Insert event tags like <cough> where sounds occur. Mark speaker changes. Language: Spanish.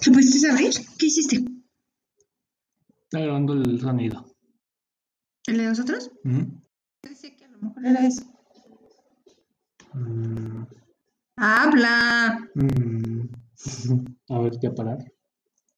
Speaker 1: ¿Supiste abrir? ¿Qué hiciste?
Speaker 2: Está grabando el sonido.
Speaker 1: ¿El de nosotros?
Speaker 2: Ujú.
Speaker 1: Pensé que a lo mejor era eso.
Speaker 2: Mm,
Speaker 1: ¡Habla!
Speaker 2: mm. <laughs> A ver, ya parar.